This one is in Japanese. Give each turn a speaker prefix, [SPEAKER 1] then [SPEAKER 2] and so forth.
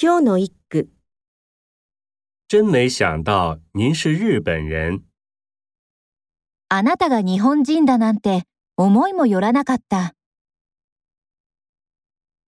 [SPEAKER 1] 今日の一句、
[SPEAKER 2] 真没想到您是日本人。
[SPEAKER 3] あなたが日本人だなんて思いもよらなかった。